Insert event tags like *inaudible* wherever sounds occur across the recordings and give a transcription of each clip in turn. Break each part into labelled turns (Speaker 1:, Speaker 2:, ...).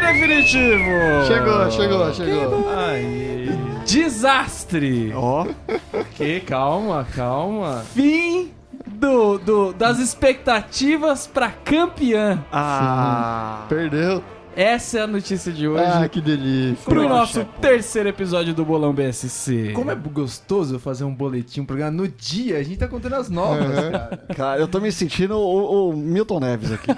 Speaker 1: Definitivo!
Speaker 2: Chegou, chegou, chegou.
Speaker 1: Aí. Desastre!
Speaker 3: Ó,
Speaker 1: Que calma, calma. Fim do, do- das expectativas pra campeã.
Speaker 3: ah,
Speaker 2: Perdeu.
Speaker 1: Essa é a notícia de hoje.
Speaker 2: Ah, que delícia.
Speaker 1: pro
Speaker 4: é que
Speaker 1: nosso
Speaker 4: chama?
Speaker 1: terceiro episódio do Bolão BSC.
Speaker 4: Como é gostoso fazer um boletim, um programa no dia. A gente tá contando as novas, cara.
Speaker 3: cara, eu tô me sentindo o, o Milton Neves aqui.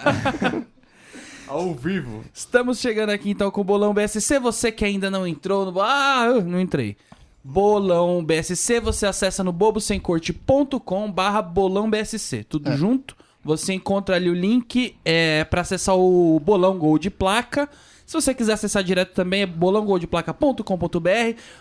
Speaker 4: Ao vivo.
Speaker 1: Estamos chegando aqui então com o Bolão BSC. Você que ainda não entrou no. Ah, eu não entrei. Bolão BSC, você acessa no bobosemcorte.com barra bolão BSC. Tudo
Speaker 3: É.
Speaker 1: junto. Você encontra ali o link é, para acessar o Bolão Gold Placa. Se você quiser acessar direto também é bolãogoldplaca.com.br.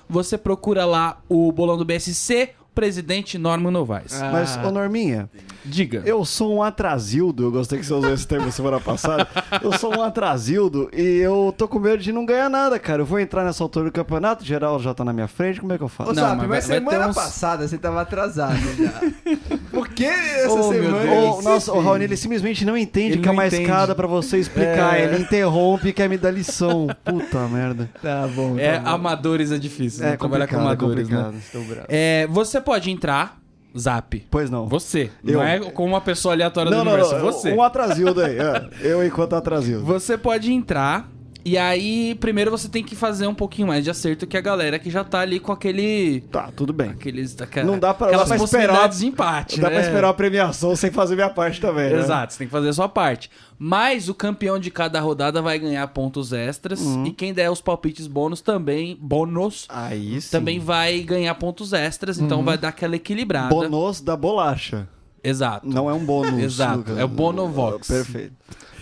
Speaker 1: Você procura lá o bolão do BSC, o presidente Norman Novaes.
Speaker 3: Mas, ô Norminha,
Speaker 1: Diga.
Speaker 3: eu sou um atrasildo. Eu gostei que você usou esse termo semana passada. Eu sou um atrasildo e eu tô com medo de não ganhar nada, cara. Eu vou entrar nessa altura do campeonato, geral já tá na minha frente. Como é que eu
Speaker 4: Ô,
Speaker 3: faço?
Speaker 1: Não,
Speaker 4: Zap,
Speaker 1: mas
Speaker 4: mas,
Speaker 1: vai- vai ter
Speaker 4: semana
Speaker 1: uns-
Speaker 4: passada você tava atrasado
Speaker 1: *laughs*
Speaker 4: já. Por que essa
Speaker 1: Oh, meu
Speaker 4: semana?
Speaker 1: Deus.
Speaker 3: Ô, nossa, o Raoni, ele simplesmente não entende
Speaker 1: Ele
Speaker 3: que é
Speaker 1: não
Speaker 3: uma
Speaker 1: entende.
Speaker 3: escada pra você explicar.
Speaker 1: É.
Speaker 3: Ele interrompe e quer me dar lição. Puta merda.
Speaker 4: Tá bom, tá
Speaker 1: É,
Speaker 4: bom.
Speaker 1: amadores é difícil, né?
Speaker 3: É
Speaker 1: Trabalhar com
Speaker 3: complicado,
Speaker 1: amadores, né?
Speaker 3: complicado.
Speaker 4: Estou bravo.
Speaker 1: É, você pode entrar, Zap.
Speaker 3: Pois não.
Speaker 1: Você.
Speaker 3: Eu.
Speaker 1: Não é com uma pessoa aleatória do universo. você.
Speaker 3: Um atrasildo aí. é. Eu enquanto atrasildo.
Speaker 1: Você pode entrar. E aí, primeiro você tem que fazer um pouquinho mais de acerto que a galera que já tá ali com aquele.
Speaker 3: Tá, tudo bem.
Speaker 1: Aqueles, aquela,
Speaker 3: Não dá pra-
Speaker 1: aquelas
Speaker 3: dá pra esperar-
Speaker 1: possibilidades de empate.
Speaker 3: Dá
Speaker 1: né?
Speaker 3: pra esperar a premiação sem fazer minha parte também. né?
Speaker 1: Exato, você tem que fazer a sua parte. Mas o campeão de cada rodada vai ganhar pontos extras.
Speaker 3: Uhum.
Speaker 1: E quem der os palpites bônus também. Bônus.
Speaker 3: Aí Ah, sim. Uhum.
Speaker 1: Também vai ganhar pontos extras. Então vai dar aquela equilibrada.
Speaker 3: Bônus da bolacha.
Speaker 1: Exato.
Speaker 3: Não é um bônus.
Speaker 1: Exato,
Speaker 3: Lucas. Ah,
Speaker 1: é o Bonovox.
Speaker 3: Perfeito.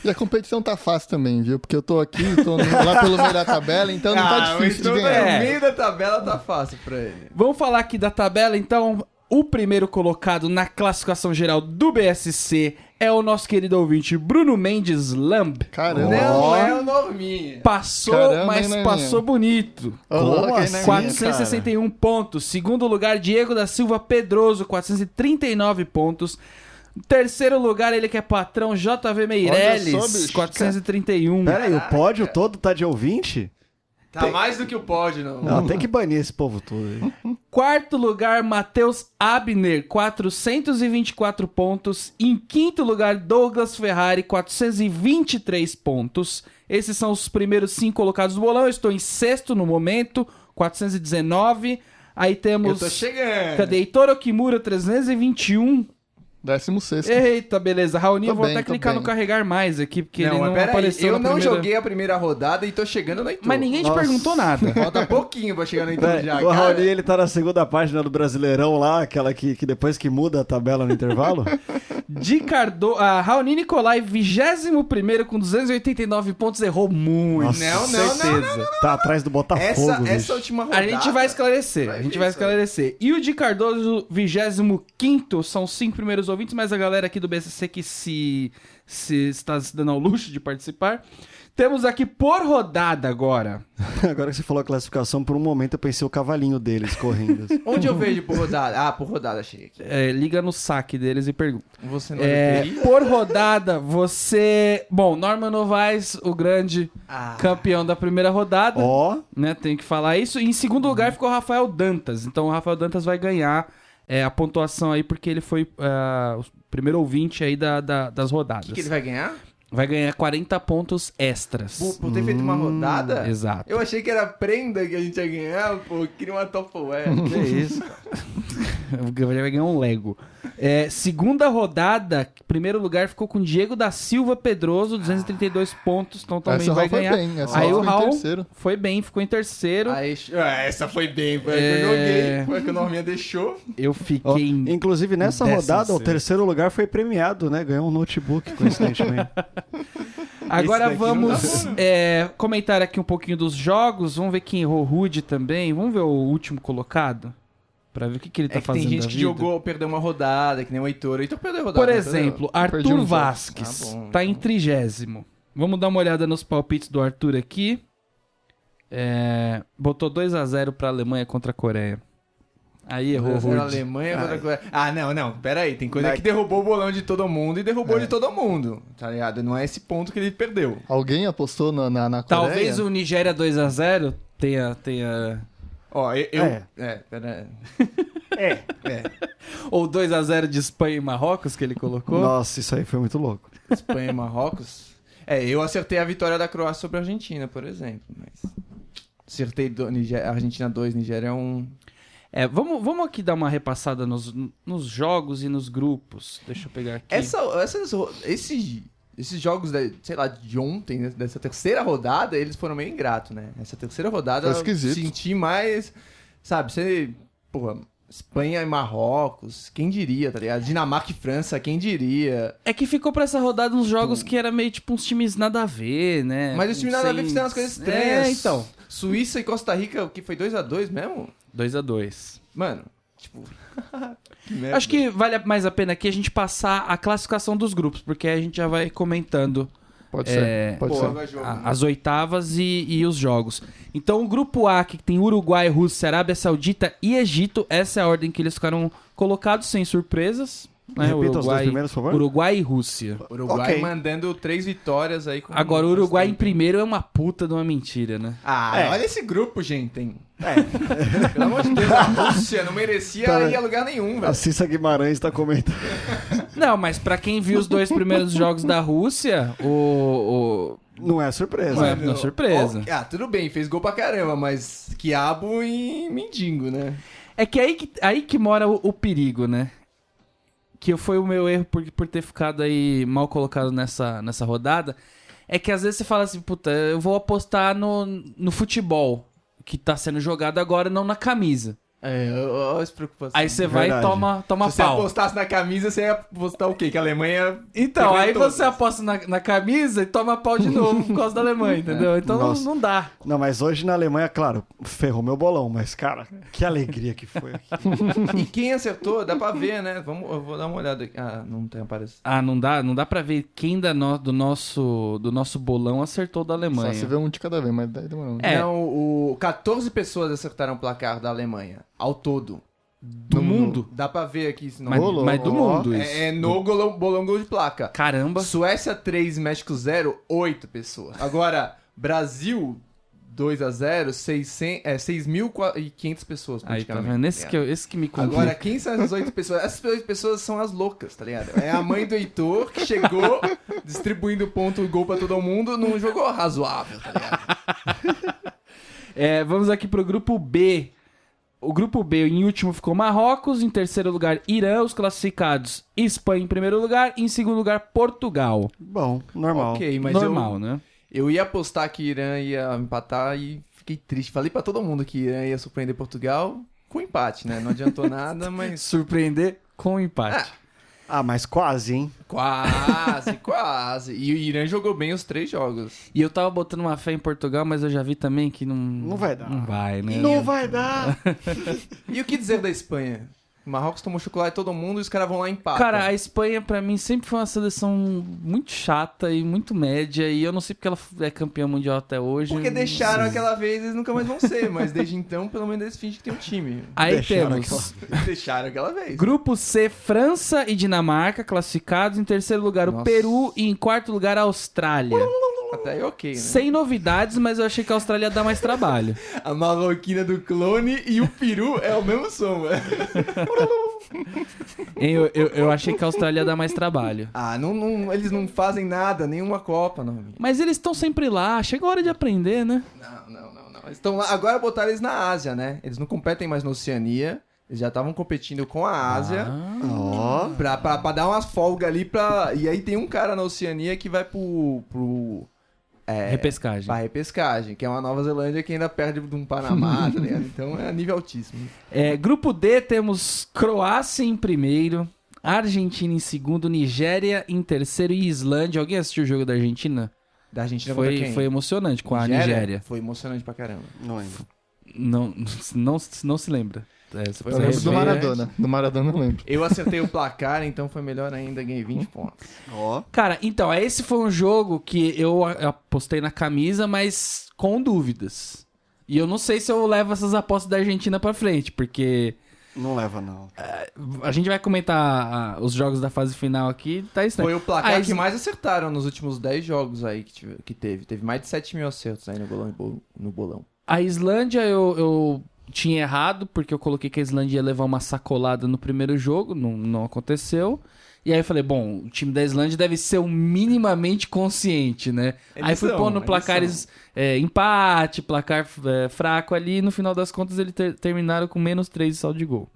Speaker 2: E a competição tá fácil também, viu? Porque eu tô aqui, tô lá pelo meio da tabela, então não tá
Speaker 4: Ah,
Speaker 2: difícil
Speaker 4: então
Speaker 2: de
Speaker 4: tá
Speaker 2: ganhar.
Speaker 1: ganhar.
Speaker 4: no meio da tabela tá fácil pra ele.
Speaker 1: Vamos falar aqui da tabela, então. O primeiro colocado na classificação geral do BSC é o nosso querido ouvinte Bruno Mendes Lamb.
Speaker 2: Caramba.
Speaker 4: Não é o Norminha.
Speaker 1: Passou,
Speaker 2: Caramba,
Speaker 1: mas
Speaker 2: hein, Naninha?
Speaker 1: passou bonito.
Speaker 2: Ô, louco, hein,
Speaker 3: assim,
Speaker 2: Naninha?
Speaker 1: 461 pontos. Segundo lugar, Diego da Silva Pedroso, 439 pontos. Terceiro lugar, ele que é patrão, JV
Speaker 2: Olha só,
Speaker 1: Meirelles,
Speaker 2: bicho,
Speaker 1: 431.
Speaker 3: Pera aí, o pódio todo tá de ouvinte?
Speaker 4: Tá mais do que o pódio, não.
Speaker 3: Não, tem que banir esse povo todo
Speaker 4: *laughs*
Speaker 3: aí.
Speaker 1: Quarto lugar, Matheus Abner, 424 pontos. Em quinto lugar, Douglas Ferrari, 423 pontos. Esses são os primeiros cinco colocados do bolão. Eu estou em sexto no momento, 419. Aí
Speaker 4: Eu
Speaker 1: temos.
Speaker 4: tô chegando. né?
Speaker 1: Cadê? Heitor Okimura, 321.
Speaker 2: Décimo
Speaker 1: É,
Speaker 2: sexto.
Speaker 1: Eita, beleza. Raoni,
Speaker 2: Tô
Speaker 1: eu vou
Speaker 2: bem,
Speaker 1: até
Speaker 2: tô
Speaker 1: clicar no
Speaker 2: bem.
Speaker 1: carregar mais aqui, porque
Speaker 4: não,
Speaker 1: ele
Speaker 4: mas
Speaker 1: não
Speaker 4: pera aí,
Speaker 1: apareceu.
Speaker 4: eu
Speaker 1: na
Speaker 4: não
Speaker 1: primeira-
Speaker 4: joguei a primeira rodada e tô chegando no Heitor.
Speaker 1: Mas ninguém te
Speaker 3: Nossa.
Speaker 1: perguntou nada.
Speaker 4: Falta pouquinho pra chegar no Heitor
Speaker 3: Véi,
Speaker 4: Então já,
Speaker 3: o
Speaker 4: cara.
Speaker 3: Raoni, ele tá na segunda página do Brasileirão lá, aquela que, que depois que muda a tabela no intervalo.
Speaker 1: De Cardo... ah, Raoni Nicolai, 21 com 289 pontos, errou muito. né?
Speaker 3: Nossa,
Speaker 4: Não, não, não,
Speaker 1: certeza.
Speaker 3: tá atrás do Botafogo,
Speaker 4: Essa,
Speaker 3: bicho.
Speaker 4: essa última rodada...
Speaker 1: A gente vai esclarecer,
Speaker 4: Vai
Speaker 1: a gente
Speaker 4: ver
Speaker 1: vai
Speaker 4: isso aí.
Speaker 1: esclarecer. E o de Cardoso, 25 são os cinco primeiros ouvintes, mas a galera aqui do BCC que se, se está se dando ao luxo de participar. Temos aqui por rodada agora.
Speaker 3: *laughs* Agora que você falou a classificação, por um momento eu pensei o cavalinho deles correndo.
Speaker 1: *laughs*
Speaker 3: assim.
Speaker 4: Onde eu vejo por rodada? Ah, por rodada, achei aqui.
Speaker 1: É, liga no saque deles e pergunta.
Speaker 4: Você não
Speaker 1: É,
Speaker 4: olha pra ele?
Speaker 1: por rodada, você. Bom, Norman Novaes, o grande
Speaker 4: Ah.
Speaker 1: campeão da primeira rodada.
Speaker 3: Ó,
Speaker 1: né? Tenho que falar isso. E em segundo lugar ficou o Rafael Dantas. Então o Rafael Dantas vai ganhar é, a pontuação aí, porque ele foi ah, o primeiro ouvinte aí da- da- das rodadas.
Speaker 4: O que, que ele vai ganhar?
Speaker 1: Vai ganhar 40 pontos extras.
Speaker 4: Por, por ter feito
Speaker 1: Hum,
Speaker 4: uma rodada?
Speaker 1: Exato.
Speaker 4: Eu achei que era prenda que a gente ia ganhar, pô. Queria uma
Speaker 1: *laughs*
Speaker 4: Tupperware.
Speaker 3: que isso.
Speaker 1: Ele vai ganhar um Lego. É, segunda rodada, primeiro lugar ficou com Diego da Silva Pedroso, 232 pontos. Então também
Speaker 2: Essa o
Speaker 1: vai
Speaker 2: Raul foi
Speaker 1: ganhar.
Speaker 2: bem, essa
Speaker 1: aí
Speaker 2: Raul
Speaker 1: o
Speaker 2: ficou em
Speaker 1: Raul
Speaker 2: terceiro.
Speaker 1: foi bem, ficou em terceiro.
Speaker 4: Aí, ah, essa foi bem, foi
Speaker 1: É.
Speaker 4: a
Speaker 1: Tá
Speaker 4: que eu joguei, foi a que o Norminha deixou.
Speaker 1: Eu fiquei.
Speaker 3: Ó,
Speaker 1: em-
Speaker 3: Inclusive, nessa
Speaker 1: décimo
Speaker 3: rodada, o
Speaker 1: sexto.
Speaker 3: terceiro lugar foi premiado, né? Ganhou um notebook,
Speaker 1: *laughs*
Speaker 3: coincidentemente.
Speaker 1: Agora
Speaker 3: daqui não
Speaker 1: vamos é, comentar aqui um pouquinho dos jogos. Vamos ver quem errou rude também. Vamos ver o último colocado. Pra ver o que, que ele tá
Speaker 4: é que
Speaker 1: fazendo.
Speaker 4: tem gente
Speaker 1: da
Speaker 4: que
Speaker 1: vida.
Speaker 4: jogou, né? perdeu uma rodada, que nem o Heitor. O Heitor perdeu a rodada.
Speaker 1: Por
Speaker 4: não
Speaker 1: exemplo,
Speaker 2: Perdi um
Speaker 1: Arthur
Speaker 2: jogo.
Speaker 1: Vasques.
Speaker 4: Ah, bom,
Speaker 1: tá em trigésimo. Vamos dar uma olhada nos palpites do Arthur aqui. É, botou 2 a 0 pra Alemanha contra a Coreia. Aí errou o
Speaker 4: Era
Speaker 1: Rude.
Speaker 4: Alemanha contra a Coreia. Ah, não, não, pera aí. Tem coisa
Speaker 3: Mas-
Speaker 4: que derrubou o bolão de todo mundo e derrubou
Speaker 1: É.
Speaker 4: de todo mundo, tá ligado? Não é esse ponto que ele perdeu.
Speaker 2: Alguém apostou na, na, na Coreia?
Speaker 1: Talvez o Nigéria 2x0 tenha, tenha.
Speaker 4: Ó, eu... eu-
Speaker 3: É.
Speaker 4: é, pera
Speaker 3: É.
Speaker 4: É,
Speaker 1: Ou 2x0 de Espanha e Marrocos que ele colocou.
Speaker 3: Nossa, isso aí foi muito louco.
Speaker 4: Espanha e Marrocos. É, eu acertei a vitória da Croácia sobre a Argentina, por exemplo. Mas... Acertei do, Nigé- Argentina 2, Nigéria 1.
Speaker 1: É, vamos, vamos aqui dar uma repassada nos, nos jogos e nos grupos. Deixa eu pegar aqui.
Speaker 4: Essa, essas, ro- esse, esses jogos, da, sei lá, de ontem, né, dessa terceira rodada, eles foram meio ingratos, né? Essa terceira rodada
Speaker 2: Foi esquisito.
Speaker 4: eu senti mais. Sabe, você. Porra, Espanha e Marrocos, quem diria, tá ligado? Dinamarca e França, quem diria?
Speaker 1: É que ficou pra essa rodada uns jogos que era meio tipo uns times nada a ver, né?
Speaker 4: Hum. Mas os times nada a ver fizeram umas coisas estranhas.
Speaker 1: É, então.
Speaker 4: Suíça e Costa Rica, o que foi 2 a 2 mesmo?
Speaker 1: 2x2.
Speaker 4: Mano, tipo. que merda.
Speaker 1: É. Acho que vale mais a pena aqui a gente passar a classificação dos grupos, porque aí a gente já vai comentando
Speaker 2: Pode
Speaker 1: É,
Speaker 2: ser, pode
Speaker 4: Pô,
Speaker 2: ser.
Speaker 4: agora jogo.
Speaker 1: a- as oitavas e, e os jogos. Então, o grupo A, que tem Uruguai, Rússia, Arábia Saudita e Egito, essa é a ordem que eles ficaram colocados, sem surpresas. Né?
Speaker 3: Repita os dois
Speaker 1: Uruguai,
Speaker 3: primeiros, por favor.
Speaker 1: Uruguai e Rússia.
Speaker 4: Uruguai
Speaker 3: Ok.
Speaker 4: mandando três vitórias aí. Com
Speaker 1: Agora, o Uruguai em primeiro é uma puta de uma mentira, né?
Speaker 4: Ah,
Speaker 3: É.
Speaker 4: olha esse grupo, gente. Hein? Pelo amor de Deus, a Rússia não merecia
Speaker 3: Tá,
Speaker 4: ir a lugar nenhum,
Speaker 3: A
Speaker 4: velho.
Speaker 3: Cissa Guimarães tá comentando.
Speaker 1: Não, mas pra quem viu os dois primeiros jogos da Rússia, o. o-
Speaker 3: Não é surpresa.
Speaker 1: Não é uma surpresa.
Speaker 4: Ok, Ah, tudo bem, fez gol pra caramba, mas quiabo e mendigo, né?
Speaker 1: É que aí que, aí que mora o, o perigo, né? Que foi o meu erro por, por ter ficado aí mal colocado nessa, nessa rodada. É que às vezes você fala assim, puta, eu vou apostar no, no futebol que tá sendo jogado agora, não na camisa.
Speaker 4: É, olha as preocupações.
Speaker 1: Aí você vai e
Speaker 3: Verdade.
Speaker 1: toma, toma
Speaker 4: Se você
Speaker 1: pau.
Speaker 4: apostasse na camisa, você ia apostar o quê? Que a Alemanha. *laughs*
Speaker 1: Então,
Speaker 4: pegou
Speaker 1: aí
Speaker 4: em todas.
Speaker 1: você aposta na, na camisa e toma pau de novo por causa da *laughs* Alemanha, entendeu? Então não,
Speaker 3: Nossa.
Speaker 1: não dá.
Speaker 3: Não, mas hoje na Alemanha, claro, ferrou meu bolão, mas cara, que alegria que foi aqui.
Speaker 1: *laughs*
Speaker 4: E quem acertou, dá pra ver, né? Vamos, eu vou dar uma olhada aqui. Ah, não tem aparecido.
Speaker 1: Ah, não dá, não dá para ver quem da no- do nosso do nosso bolão acertou da Alemanha.
Speaker 2: Só se vê um de cada vez, mas daí demorou. né?
Speaker 1: É.
Speaker 4: Não, o 14 pessoas acertaram o placar da Alemanha, ao todo.
Speaker 1: do mundo?
Speaker 4: Dá pra ver aqui, se não.
Speaker 1: Mas,
Speaker 2: Bolão.
Speaker 1: mas do mundo isso.
Speaker 4: É, é no golão- bolão gol de placa.
Speaker 1: Caramba.
Speaker 4: Suécia 3, México 0, 8 pessoas. Agora, Brasil 2 a 0, 600, é, 6.500 pessoas
Speaker 1: Aí, tá
Speaker 4: praticamente.
Speaker 1: vendo? Esse
Speaker 4: É.
Speaker 1: que, eu- esse que me complica.
Speaker 4: Agora, quem são essas oito pessoas? Essas oito pessoas são as loucas, tá ligado? É a mãe do Heitor que chegou distribuindo ponto e gol pra todo mundo num jogo razoável, tá ligado?
Speaker 1: É, vamos aqui pro grupo B. O grupo B, em último, ficou Marrocos. Em terceiro lugar, Irã. Os classificados, Espanha em primeiro lugar. Em segundo lugar, Portugal.
Speaker 3: Bom, normal.
Speaker 4: ok, mas
Speaker 1: Normal,
Speaker 4: eu,
Speaker 1: né?
Speaker 4: eu ia apostar que Irã ia empatar e fiquei triste. Falei pra todo mundo que Irã ia surpreender Portugal com empate, né? Não adiantou nada, mas
Speaker 1: Surpreender com um empate.
Speaker 3: Ah, mas quase, hein?
Speaker 4: Quase, quase. E o Irã jogou bem os três jogos.
Speaker 1: E eu tava botando uma fé em Portugal, mas eu já vi também que não...
Speaker 3: Não vai dar.
Speaker 1: Não vai, né?
Speaker 3: Não vai
Speaker 1: *laughs*
Speaker 3: dar.
Speaker 4: E o que dizer da Espanha? O Marrocos tomou chocolate de todo mundo e os caras vão lá e empatam.
Speaker 1: Cara, é a Espanha pra mim sempre foi uma seleção muito chata e muito média. E eu não sei porque ela é campeã mundial até hoje.
Speaker 4: Porque
Speaker 1: Não
Speaker 4: deixaram
Speaker 1: sei.
Speaker 4: aquela vez, eles nunca mais vão ser. Mas desde então, pelo menos eles fingem que tem um time.
Speaker 1: Aí
Speaker 3: Deixaram
Speaker 1: temos
Speaker 3: aquela-
Speaker 4: *laughs* Deixaram aquela vez.
Speaker 1: Grupo C, França e Dinamarca classificados. Em terceiro lugar, o
Speaker 4: Nossa.
Speaker 1: Peru. E em quarto lugar, a Austrália.
Speaker 4: Até aí ok, né?
Speaker 1: Sem novidades, mas eu achei que a Austrália ia dar mais trabalho.
Speaker 4: A marroquina do clone e o peru é o mesmo som, velho.
Speaker 1: Hein, eu, eu, eu achei que a Austrália ia dar mais trabalho.
Speaker 4: Ah, não, não- eles não fazem nada, nenhuma Copa, não. amigo.
Speaker 1: Mas eles estão sempre lá. Chega a hora de aprender, né?
Speaker 4: Não, não, não, não. Eles estão lá. Agora botaram eles na Ásia, né? Eles não competem mais na Oceania. Eles já estavam competindo com a Ásia.
Speaker 1: Ah,
Speaker 3: Ó,
Speaker 4: Pra, pra, pra dar umas folgas ali pra. E aí tem um cara na Oceania que vai pro. pro é,
Speaker 1: repescagem.
Speaker 4: pra repescagem, que é uma Nova Zelândia que ainda perde de um
Speaker 1: *laughs*
Speaker 4: Panamá, tá ligado? Então é nível altíssimo.
Speaker 1: É, grupo D, temos Croácia em primeiro. Argentina em segundo, Nigéria em terceiro e Islândia. Alguém assistiu o jogo da Argentina?
Speaker 4: Da Argentina contra
Speaker 1: Foi,
Speaker 4: quem?
Speaker 1: foi emocionante com a Nigéria.
Speaker 4: Foi emocionante pra caramba.
Speaker 3: não lembro.
Speaker 1: Não, não, não se lembra. É, você
Speaker 4: Foi
Speaker 2: Eu
Speaker 1: precisa
Speaker 2: lembro
Speaker 4: Você
Speaker 2: do
Speaker 1: rever.
Speaker 4: vê,
Speaker 2: Maradona. Do Maradona eu lembro.
Speaker 4: Eu acertei o placar, então foi melhor ainda, ganhei 20 pontos.
Speaker 3: Ó.
Speaker 1: Cara, então, esse foi um jogo que eu a- apostei na camisa, mas com dúvidas. E eu não sei se eu levo essas apostas da Argentina pra frente, porque
Speaker 3: Não leva, não.
Speaker 1: A gente vai comentar ah, os jogos da fase final aqui, tá estranho.
Speaker 4: Foi o placar
Speaker 1: Aí-
Speaker 4: que mais acertaram nos últimos 10 jogos aí que, tive- que teve. Teve mais de 7 mil acertos aí no bolão. bol- No bolão.
Speaker 1: A Islândia eu, eu tinha errado, porque eu coloquei que a Islândia ia levar uma sacolada no primeiro jogo, não, não aconteceu. E aí eu falei, bom, o time da Islândia deve ser o minimamente consciente, né?
Speaker 4: Eles
Speaker 1: aí fui
Speaker 4: são,
Speaker 1: pondo
Speaker 4: eles
Speaker 1: placares é, empate, placar é, fraco ali, e no final das contas eles ter- terminaram com menos 3 de saldo de gol.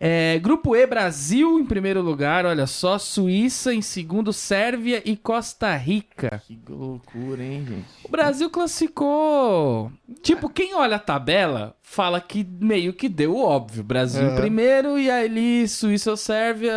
Speaker 1: É, grupo E, Brasil em primeiro lugar, olha só, Suíça em segundo, Sérvia e Costa Rica.
Speaker 4: Que loucura, hein, gente?
Speaker 1: O Brasil classificou. Tipo, quem olha a tabela fala que meio que deu o óbvio. Brasil em
Speaker 2: É.
Speaker 1: primeiro e ali Suíça ou Sérvia,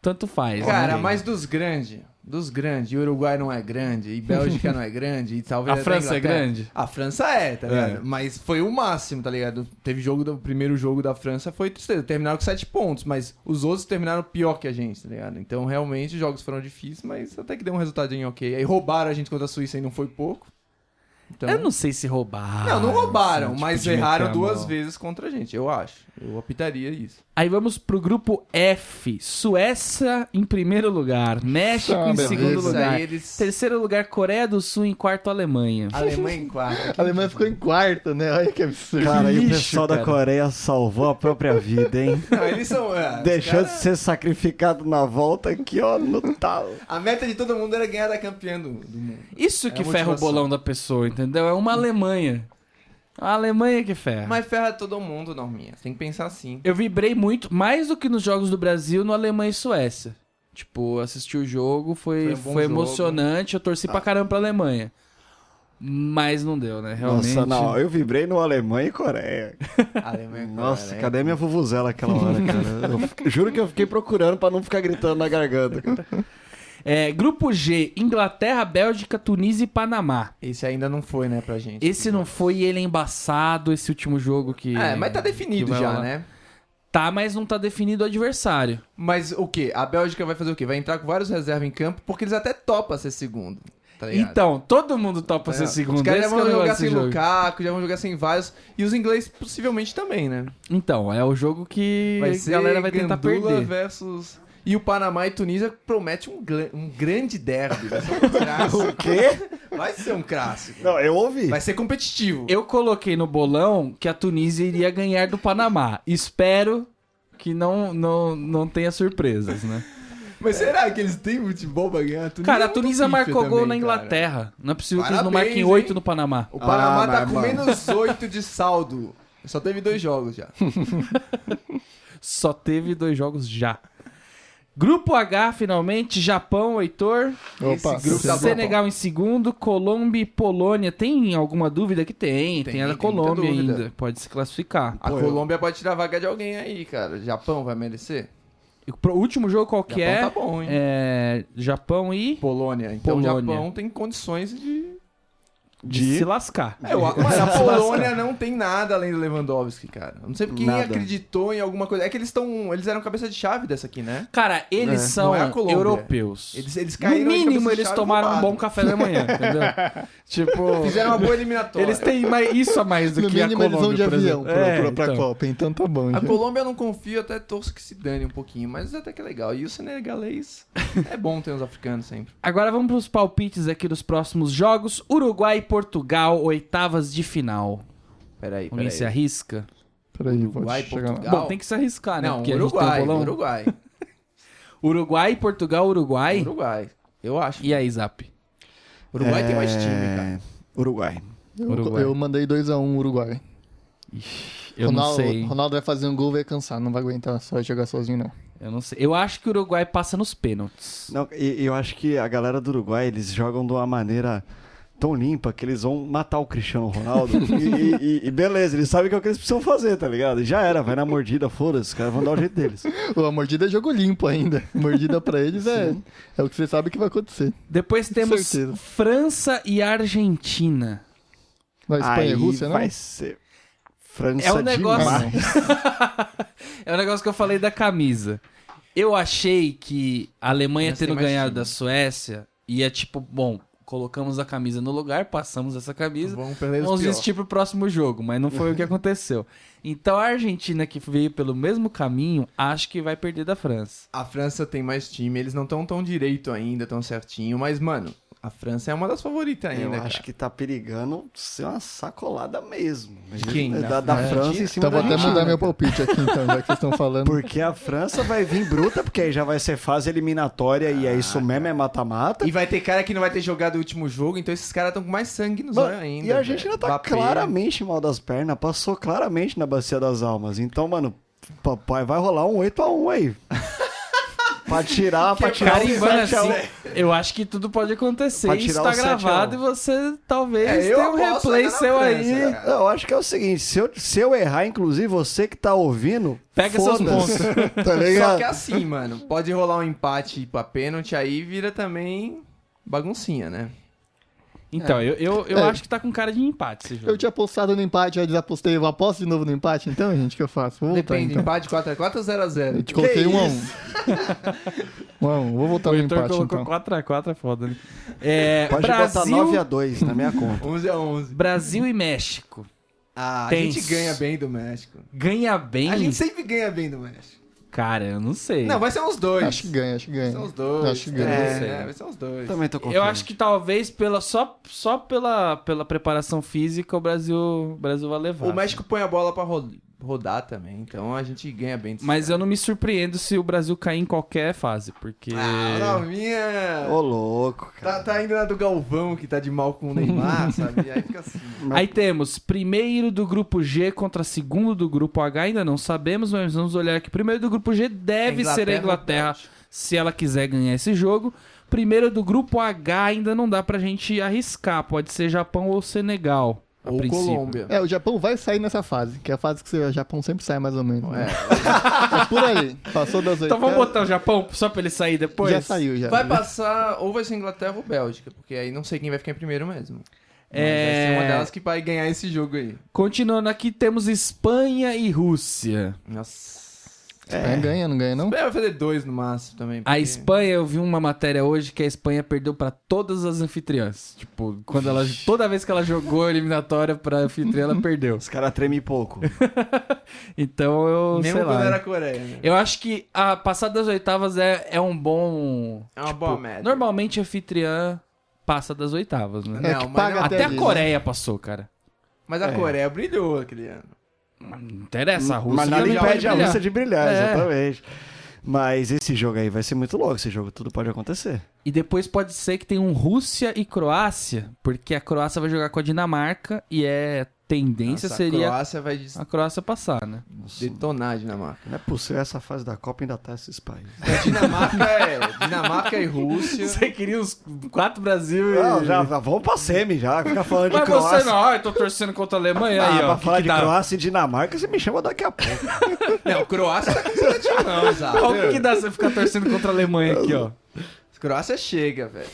Speaker 1: tanto faz.
Speaker 4: Cara,
Speaker 1: né?
Speaker 4: mas dos grandes, dos grandes, e Uruguai não é grande, e Bélgica não é grande, e talvez
Speaker 1: A
Speaker 4: até
Speaker 1: França é
Speaker 4: Inglaterra.
Speaker 1: grande?
Speaker 4: A França é, tá ligado? Mas foi o máximo, tá ligado? Teve jogo do o primeiro jogo da França, foi tristeza. Terminaram com 7 pontos, mas os outros terminaram pior que a gente, tá ligado? Então, realmente, os jogos foram difíceis, mas até que deu um resultadinho ok. Aí roubaram a gente contra a Suíça e não foi pouco. Então...
Speaker 1: Eu não sei se roubaram.
Speaker 4: Não, não roubaram,
Speaker 1: assim,
Speaker 4: mas
Speaker 1: tipo, de
Speaker 4: erraram
Speaker 1: meter a
Speaker 4: duas
Speaker 1: mão.
Speaker 4: vezes contra a gente, eu acho. Eu optaria isso.
Speaker 1: Aí vamos pro grupo F. Suécia em primeiro lugar, México
Speaker 2: Ah,
Speaker 1: em
Speaker 2: beleza.
Speaker 1: segundo
Speaker 4: Isso
Speaker 1: lugar,
Speaker 4: aí eles-
Speaker 1: terceiro lugar Coreia do Sul, em quarto Alemanha.
Speaker 4: Alemanha em quarto.
Speaker 2: A Alemanha ficou em quarto, né? Olha que absurdo.
Speaker 3: Cara, e o
Speaker 1: lixo,
Speaker 3: pessoal
Speaker 1: cara.
Speaker 3: da Coreia salvou a própria vida, hein?
Speaker 4: Não, eles são. é, os
Speaker 3: Deixando
Speaker 4: caras-
Speaker 3: de ser sacrificado na volta aqui, ó, no tal.
Speaker 4: A meta de todo mundo era ganhar da campeã do, do mundo.
Speaker 1: Isso que
Speaker 4: a
Speaker 1: ferra o
Speaker 4: é motivação.
Speaker 1: bolão da pessoa, entendeu? É uma Alemanha. A Alemanha que ferra.
Speaker 4: É. Mas ferra todo mundo, Norminha. Você tem que pensar assim.
Speaker 1: Eu vibrei muito, mais do que nos jogos do Brasil, no Alemanha e Suécia. Tipo, assisti o jogo, foi,
Speaker 4: Foi um bom
Speaker 1: foi
Speaker 4: jogo. Ah.
Speaker 1: emocionante, eu torci pra caramba pra Alemanha. Mas não deu, né? Realmente.
Speaker 3: Nossa, não, eu vibrei no Alemanha e Coreia.
Speaker 1: *laughs*
Speaker 4: Alemanha,
Speaker 3: Nossa,
Speaker 4: cara, é.
Speaker 3: cadê minha vuvuzela aquela hora,
Speaker 4: *laughs*
Speaker 3: cara? Eu fi- juro que eu fiquei procurando pra não ficar gritando na garganta.
Speaker 4: *laughs*
Speaker 3: cara.
Speaker 1: É, grupo G, Inglaterra, Bélgica, Tunísia e Panamá.
Speaker 4: Esse ainda não foi, né, pra gente.
Speaker 1: Esse não foi ele é embaçado, esse último jogo que.
Speaker 4: É, mas tá
Speaker 1: que
Speaker 4: definido
Speaker 1: vai
Speaker 4: já,
Speaker 1: rolar.
Speaker 4: né?
Speaker 1: Tá, mas não tá definido o adversário.
Speaker 4: Mas o quê? A Bélgica vai fazer o quê? Vai entrar com vários reservas em campo, porque eles até topam ser segundo. Tá ligado?
Speaker 1: Então, todo mundo
Speaker 4: Tá
Speaker 1: topa ser
Speaker 4: ligado?
Speaker 1: segundo.
Speaker 4: Os caras já
Speaker 1: esse que é o
Speaker 4: vão jogar
Speaker 1: negócio
Speaker 4: sem
Speaker 1: desse jogo.
Speaker 4: Lukaku, já vão jogar sem vários. E os ingleses possivelmente também, né?
Speaker 1: Então, é o jogo que a galera vai tentar
Speaker 4: Gandula
Speaker 1: perder.
Speaker 4: versus... E o Panamá e Tunísia promete um, gla- um grande derby.
Speaker 1: *laughs*
Speaker 4: Vai ser um clássico.
Speaker 3: O quê?
Speaker 4: Vai ser um clássico.
Speaker 3: Não, é eu ouvi.
Speaker 4: Vai ser competitivo.
Speaker 1: Eu coloquei no bolão que a Tunísia iria ganhar do Panamá. Espero que não, não, não tenha surpresas, né?
Speaker 4: Mas será que eles têm futebol pra ganhar? A Tunísia
Speaker 1: Cara,
Speaker 4: é
Speaker 1: a
Speaker 4: muito
Speaker 1: Tunísia
Speaker 4: pífia
Speaker 1: marcou gol
Speaker 4: também,
Speaker 1: na
Speaker 4: cara.
Speaker 1: Inglaterra. Não é possível que eles não
Speaker 4: Parabéns,
Speaker 1: marquem oito
Speaker 4: hein?
Speaker 1: no Panamá.
Speaker 4: O Panamá
Speaker 3: Ah,
Speaker 4: tá
Speaker 3: mas,
Speaker 4: com
Speaker 3: mano.
Speaker 4: menos 8 de saldo. Só teve dois jogos
Speaker 3: *laughs*
Speaker 4: já.
Speaker 1: Só teve dois jogos já. Grupo H, finalmente, Japão, Heitor,
Speaker 2: Opa,
Speaker 4: esse grupo tá bom.
Speaker 1: Senegal em segundo, Colômbia e Polônia. Tem alguma dúvida que tem? Tem,
Speaker 4: Tem,
Speaker 1: a da
Speaker 4: tem
Speaker 1: Colômbia
Speaker 4: muita dúvida.
Speaker 1: ainda, pode se classificar.
Speaker 4: A
Speaker 3: Pô, eu-
Speaker 4: Colômbia pode tirar a vaga de alguém aí, cara. Japão vai merecer?
Speaker 1: E O pro- último jogo qual que
Speaker 4: Japão
Speaker 1: é?
Speaker 4: tá bom, hein?
Speaker 1: é Japão e
Speaker 4: Polônia. Então o
Speaker 1: Polônia.
Speaker 4: Japão tem condições de...
Speaker 1: de se lascar.
Speaker 3: *laughs*
Speaker 4: É, eu- mas a Polônia não tem nada além do Lewandowski, cara. Eu Não sei quem
Speaker 3: Nada.
Speaker 4: acreditou em alguma coisa. É que eles estão... Eles eram cabeça de chave dessa aqui, né?
Speaker 1: Cara, eles
Speaker 4: É.
Speaker 1: são
Speaker 4: Não é a Colômbia.
Speaker 1: europeus.
Speaker 4: Eles, eles
Speaker 1: no
Speaker 4: caíram de cabeça
Speaker 1: mínimo,
Speaker 4: de
Speaker 1: eles
Speaker 4: chave
Speaker 1: tomaram um
Speaker 4: roubado.
Speaker 1: bom café da manhã, entendeu?
Speaker 4: *laughs*
Speaker 1: tipo,
Speaker 4: Fizeram uma boa
Speaker 1: *laughs*
Speaker 4: eliminatória.
Speaker 1: eles têm mais, isso a mais do
Speaker 2: No
Speaker 1: que a
Speaker 2: mínimo
Speaker 1: Colômbia,
Speaker 2: eles vão de
Speaker 1: por
Speaker 2: avião
Speaker 1: exemplo.
Speaker 2: pra,
Speaker 1: É,
Speaker 2: pra- pra
Speaker 1: então.
Speaker 2: Copa, então tá bom.
Speaker 4: A
Speaker 2: gente.
Speaker 4: Colômbia eu não confio, até torço que se dane um pouquinho, mas até que é legal. E o senegalês é bom ter uns africanos sempre.
Speaker 1: Agora vamos pros palpites aqui dos próximos jogos. Uruguai e Portugal, oitavas de final.
Speaker 4: Peraí,
Speaker 1: Alguém
Speaker 4: peraí.
Speaker 1: se arrisca?
Speaker 2: Peraí, vou
Speaker 4: Uruguai,
Speaker 2: chegar lá.
Speaker 4: Portugal.
Speaker 1: Bom, tem que se arriscar, né?
Speaker 4: Não,
Speaker 1: Porque a
Speaker 4: Uruguai,
Speaker 1: gente tem um bolão.
Speaker 4: Uruguai.
Speaker 1: Uruguai, Portugal, Uruguai.
Speaker 4: Uruguai. Eu acho.
Speaker 1: E aí, Zap?
Speaker 4: Uruguai tem
Speaker 3: É,
Speaker 4: mais time, cara.
Speaker 3: Uruguai.
Speaker 2: Eu,
Speaker 1: Uruguai.
Speaker 2: eu mandei 2x1 um, Uruguai.
Speaker 1: Eu
Speaker 2: Ronaldo,
Speaker 1: não sei.
Speaker 2: Ronaldo vai fazer um gol vai cansar, não vai aguentar só jogar sozinho, não.
Speaker 1: Eu não sei. Eu acho que o Uruguai passa nos pênaltis.
Speaker 3: Não, e e eu acho que a galera do Uruguai, eles jogam de uma maneira tão limpa que eles vão matar o Cristiano Ronaldo. e, e- e- e beleza, eles sabem que é o que eles precisam fazer, tá ligado? E Já era, vai na mordida, foda-se, os caras vão dar o jeito deles.
Speaker 2: Ô, A mordida é jogo limpo ainda.
Speaker 1: *laughs*
Speaker 2: Mordida pra eles é, é o que você sabe que vai acontecer.
Speaker 1: Depois temos
Speaker 2: certeza.
Speaker 1: França e Argentina.
Speaker 2: Vai Espanha e
Speaker 3: Aí
Speaker 2: Rússia, né? não?
Speaker 3: vai ser França
Speaker 1: É um negócio-
Speaker 3: demais.
Speaker 1: *laughs* É o negócio que eu falei da camisa. Eu achei que a Alemanha
Speaker 4: Mas tem
Speaker 1: tendo
Speaker 4: mais
Speaker 1: ganhado
Speaker 4: time.
Speaker 1: da Suécia ia tipo, bom, colocamos a camisa no lugar, passamos essa camisa,
Speaker 4: Vamos perder os
Speaker 1: vamos
Speaker 4: pior.
Speaker 1: vestir pro próximo jogo, mas não
Speaker 4: *laughs*
Speaker 1: foi o que aconteceu. Então a Argentina que veio pelo mesmo caminho, acho que vai perder da França.
Speaker 4: A França tem mais time, eles não estão tão direito ainda, tão certinho, mas, mano, a França é uma das favoritas
Speaker 3: Eu
Speaker 4: ainda.
Speaker 3: acho
Speaker 4: cara.
Speaker 3: que tá perigando ser uma sacolada mesmo. É
Speaker 4: De quem?
Speaker 3: Da,
Speaker 4: Da
Speaker 3: da
Speaker 4: França?
Speaker 3: França em cima
Speaker 2: Então vou
Speaker 3: da
Speaker 2: até
Speaker 3: Argentina.
Speaker 2: mudar meu palpite aqui, então, já que vocês estão falando.
Speaker 3: Porque a França vai vir bruta, porque aí já vai ser fase eliminatória e é isso mesmo, é mata-mata.
Speaker 4: E vai ter cara que não vai ter jogado o último jogo, então esses caras estão com mais sangue nos
Speaker 3: Mano,
Speaker 1: é
Speaker 4: olhos ainda.
Speaker 3: e a
Speaker 4: velho.
Speaker 3: Argentina tá
Speaker 4: Mbappé.
Speaker 3: claramente mal das pernas, passou claramente na bacia das almas. Então, mano, papai vai rolar um
Speaker 1: *laughs*
Speaker 3: 8x1 aí. pra tirar, pra tirar um
Speaker 1: Carimbando
Speaker 3: 7 a
Speaker 1: assim,
Speaker 3: 1.
Speaker 1: eu acho que tudo pode acontecer.
Speaker 3: Pra
Speaker 1: Isso
Speaker 3: tirar
Speaker 1: tá
Speaker 3: o 7 a 1.
Speaker 1: gravado e você talvez
Speaker 4: É, eu
Speaker 1: tenha um
Speaker 4: aposto
Speaker 1: replay
Speaker 4: ainda na
Speaker 1: seu
Speaker 4: França,
Speaker 1: aí.
Speaker 4: cara.
Speaker 3: Eu acho que é o seguinte, se eu, se eu errar, inclusive você que tá ouvindo,
Speaker 1: Pega seus
Speaker 3: foda-se. *laughs* tá
Speaker 4: Só
Speaker 3: ligado?
Speaker 4: que assim, mano, pode rolar um empate pra pênalti, aí vira também baguncinha, né?
Speaker 1: Então, eu, eu, eu
Speaker 2: É.
Speaker 1: acho que tá com cara de empate esse jogo.
Speaker 2: Eu tinha apostado no empate, já desapostei. Eu aposto de novo no empate, então, gente, o que eu faço? Vou voltar,
Speaker 4: Depende,
Speaker 2: então.
Speaker 4: empate 4x4 ou 0x0?
Speaker 2: Eu te coloquei
Speaker 3: Que
Speaker 2: um a um.
Speaker 3: isso?
Speaker 2: Um a um. Vou voltar
Speaker 1: o
Speaker 2: no
Speaker 1: Heitor
Speaker 2: empate,
Speaker 1: colocou
Speaker 2: então.
Speaker 1: 4x4, é foda, né? É,
Speaker 3: Pode botar
Speaker 1: Brasil,
Speaker 3: 9x2 na minha conta.
Speaker 4: 11x11.
Speaker 1: Brasil e México.
Speaker 4: Ah, a
Speaker 1: Tenso.
Speaker 4: gente ganha bem do México.
Speaker 1: Ganha bem?
Speaker 4: A gente sempre ganha bem do México.
Speaker 1: Cara, eu não sei.
Speaker 4: Não, vai ser uns dois.
Speaker 2: Acho que ganha, acho que
Speaker 4: Vai
Speaker 2: ganha.
Speaker 4: ser uns dois.
Speaker 2: Acho que ganha. Tá
Speaker 4: É,
Speaker 1: Sei.
Speaker 4: é, vai ser uns dois.
Speaker 3: Também tô
Speaker 1: eu acho que talvez pela, só, só pela, pela preparação física o Brasil, o Brasil vai levar.
Speaker 4: O México põe a bola pra ro- rodar também, então a gente ganha bem. desse
Speaker 1: Mas
Speaker 4: cara.
Speaker 1: eu não me surpreendo se o Brasil cair em qualquer fase, porque...
Speaker 4: Ah, não, minha...
Speaker 3: Ô, louco, cara.
Speaker 4: Tá, tá indo na do Galvão, que tá de mal com o Neymar, sabe? Aí fica assim.
Speaker 1: Aí temos primeiro do grupo G contra segundo do grupo H, ainda não sabemos, mas vamos olhar aqui. Primeiro do grupo G deve ser a
Speaker 4: ou
Speaker 1: Inglaterra,
Speaker 4: Bélgica?
Speaker 1: se ela quiser ganhar esse jogo. Primeiro do grupo H ainda não dá pra gente arriscar, pode ser Japão ou Senegal. A
Speaker 4: Ou
Speaker 1: princípio.
Speaker 4: Colômbia.
Speaker 2: É, o Japão vai sair nessa fase, que é a fase que o Japão sempre sai, mais ou menos. né?
Speaker 4: É.
Speaker 2: É por ali. Passou das oito.
Speaker 1: Então vamos botar o Japão só pra ele sair depois?
Speaker 2: Já saiu, já.
Speaker 4: Vai passar, ou vai ser Inglaterra ou Bélgica, porque aí não sei quem vai ficar em primeiro mesmo. Mas
Speaker 1: É.
Speaker 4: vai ser uma delas que vai ganhar esse jogo aí.
Speaker 1: Continuando aqui, temos Espanha e Rússia.
Speaker 4: Nossa.
Speaker 2: É, Ganha, não ganha, não?
Speaker 4: Bem, Vai fazer dois no máximo também.
Speaker 1: A
Speaker 4: porque-
Speaker 1: Espanha, eu vi uma matéria hoje que a Espanha perdeu pra todas as anfitriãs. Tipo, quando ela, toda vez que ela jogou a eliminatória pra anfitriã, ela perdeu.
Speaker 3: Os caras tremem pouco.
Speaker 1: Então eu.
Speaker 4: Mesmo
Speaker 1: sei
Speaker 4: quando
Speaker 1: lá.
Speaker 4: era a Coreia, né?
Speaker 1: Eu acho que a passada das oitavas é, é um bom.
Speaker 4: É uma boa média.
Speaker 1: Normalmente anfitriã passa das oitavas, né?
Speaker 2: É
Speaker 4: Não,
Speaker 2: que
Speaker 4: mas
Speaker 2: paga
Speaker 4: não-
Speaker 1: Até
Speaker 2: até,
Speaker 1: a
Speaker 2: ali,
Speaker 1: Coreia passou, cara.
Speaker 4: Mas a
Speaker 3: É.
Speaker 4: Coreia brilhou aquele ano.
Speaker 1: Não interessa a Rússia.
Speaker 3: Mas nada
Speaker 1: não pode
Speaker 3: impede a
Speaker 1: é brilhar.
Speaker 3: Rússia de brilhar,
Speaker 1: É.
Speaker 3: exatamente. Mas esse jogo aí vai ser muito louco. Esse jogo tudo pode acontecer.
Speaker 1: E depois pode ser que tenha um Rússia e Croácia, porque a Croácia vai jogar com a Dinamarca e é tendência
Speaker 4: Nossa,
Speaker 1: seria
Speaker 4: A Croácia vai des-
Speaker 1: a Croácia passar, né?
Speaker 4: detonar a Dinamarca.
Speaker 3: Não é possível essa fase da Copa ainda tá esses países.
Speaker 4: A Dinamarca é. Dinamarca e Rússia.
Speaker 1: queria os quatro Brasil
Speaker 3: Não, já, já vamos pra semi já. Fica falando de
Speaker 1: Mas
Speaker 3: Croácia.
Speaker 1: você não, ah, eu tô torcendo contra a Alemanha
Speaker 3: Ah,
Speaker 1: aí, ó.
Speaker 3: pra
Speaker 1: que
Speaker 3: falar
Speaker 1: que
Speaker 3: de
Speaker 1: dá?
Speaker 3: Croácia e Dinamarca, você me chama daqui a pouco.
Speaker 4: Não, Croácia tá com seleção, não,
Speaker 1: Olha o que
Speaker 3: né?
Speaker 1: que
Speaker 4: sabe?
Speaker 1: dá você ficar torcendo contra a Alemanha aqui, ó.
Speaker 4: Croácia chega, velho.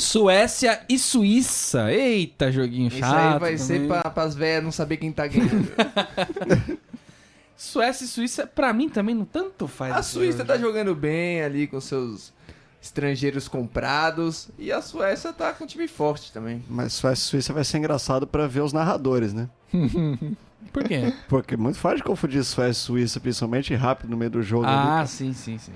Speaker 1: Suécia e Suíça. Eita, joguinho
Speaker 4: Isso
Speaker 1: chato.
Speaker 4: aí vai ser
Speaker 1: também.
Speaker 4: pra, pras velhas não saber quem tá ganhando.
Speaker 1: Suécia e Suíça, pra mim também não tanto faz.
Speaker 4: A
Speaker 1: esse
Speaker 4: Suíça
Speaker 1: jogo.
Speaker 4: tá jogando bem ali com seus estrangeiros comprados. E a Suécia tá com um time forte também.
Speaker 3: *laughs* Mas Suécia e Suíça vai ser engraçado pra ver os narradores, né?
Speaker 1: Por quê?
Speaker 3: Porque é muito fácil de confundir Suécia e Suíça, principalmente rápido no meio do jogo. né? ali.
Speaker 1: ah, sim, sim, sim.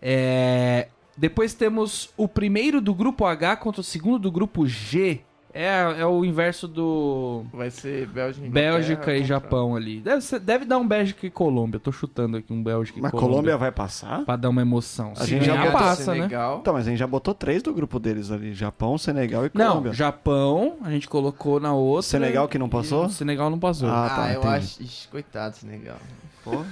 Speaker 1: É, Depois temos o primeiro do grupo H contra o segundo do grupo G. É, é o inverso do
Speaker 4: Vai ser Bélgica, Inglaterra
Speaker 1: Bélgica e
Speaker 4: contra-
Speaker 1: Japão ali. Deve, ser- deve dar um Bélgica e Colômbia. Tô chutando aqui um Bélgica e
Speaker 3: Mas
Speaker 1: Colômbia.
Speaker 3: Colômbia vai passar?
Speaker 1: Pra dar uma emoção.
Speaker 3: A
Speaker 1: Se
Speaker 3: gente já
Speaker 1: ganhar,
Speaker 3: botou
Speaker 1: passa, né?
Speaker 4: Senegal.
Speaker 3: Então, mas a gente já botou três do grupo deles ali: Japão, Senegal e
Speaker 1: Não,
Speaker 3: Colômbia.
Speaker 1: Japão, a gente colocou na outra.
Speaker 3: Senegal que não passou?
Speaker 1: E o Senegal não passou.
Speaker 3: Ah,
Speaker 4: Ah,
Speaker 3: tá,
Speaker 4: eu
Speaker 3: entendi.
Speaker 4: acho. Ixi, coitado, Senegal.
Speaker 1: Por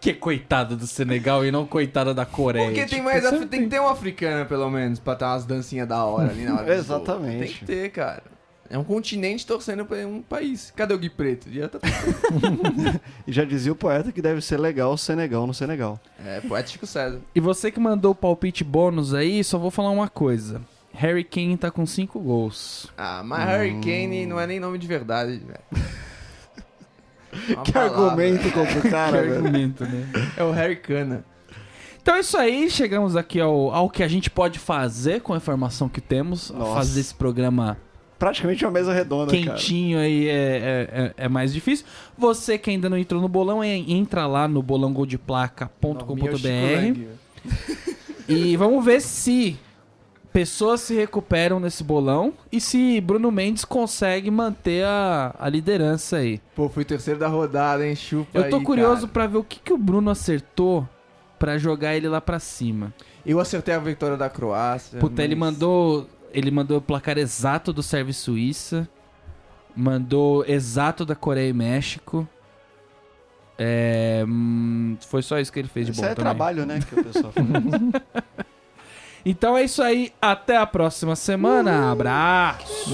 Speaker 1: que coitada do Senegal e não coitada da Coreia?
Speaker 4: Porque tem
Speaker 1: Tipo,
Speaker 4: mais. af-
Speaker 1: sempre
Speaker 4: Tem que ter uma africana, pelo menos, pra estar umas dancinhas da hora ali na hora. do jogo.
Speaker 3: Exatamente.
Speaker 4: Tem que ter, cara. É um continente torcendo pra um país. Cadê o Gui Preto? Já tá- *laughs*
Speaker 3: E já dizia o poeta que deve ser legal o Senegal no Senegal.
Speaker 4: É, poético César.
Speaker 1: E você que mandou o palpite bônus aí, só vou falar uma coisa. Harry Kane tá com 5 gols.
Speaker 4: Ah, mas Harry Kane não é nem nome de verdade, velho. Uma
Speaker 3: que
Speaker 4: palavra.
Speaker 3: argumento contra o cara,
Speaker 1: Tá Que
Speaker 3: velho. *laughs*
Speaker 1: argumento, né?
Speaker 4: É o Harry Cana.
Speaker 1: Então é isso aí, chegamos aqui ao, ao que a gente pode fazer com a informação que temos.
Speaker 3: Nossa.
Speaker 1: Fazer esse programa
Speaker 3: Praticamente uma mesa
Speaker 4: né,
Speaker 3: redonda, cara.
Speaker 1: quentinho aí é, é- é- é mais difícil. Você que ainda não entrou no bolão, é- entra lá no bolãogoldplaca.com.br
Speaker 4: Novinha, o Chico Lang.
Speaker 1: e vamos ver se pessoas se recuperam nesse bolão e se Bruno Mendes consegue manter a, a liderança aí.
Speaker 4: Pô, fui terceiro da rodada, hein? Chupa
Speaker 1: Eu tô
Speaker 4: aí,
Speaker 1: curioso
Speaker 4: cara.
Speaker 1: pra ver o que, que o Bruno acertou pra jogar ele lá pra cima.
Speaker 4: Eu acertei a vitória da Croácia.
Speaker 1: Puta, ele
Speaker 4: mas-
Speaker 1: mandou. Ele mandou o placar exato do Serviço Suíça. Mandou exato da Coreia e México. É, hum, foi só isso que ele fez de
Speaker 3: Isso
Speaker 1: bom
Speaker 3: é
Speaker 1: também.
Speaker 3: trabalho, né? Que o pessoal fala. Uh!
Speaker 1: Então é isso aí. Até a próxima semana. Abraço.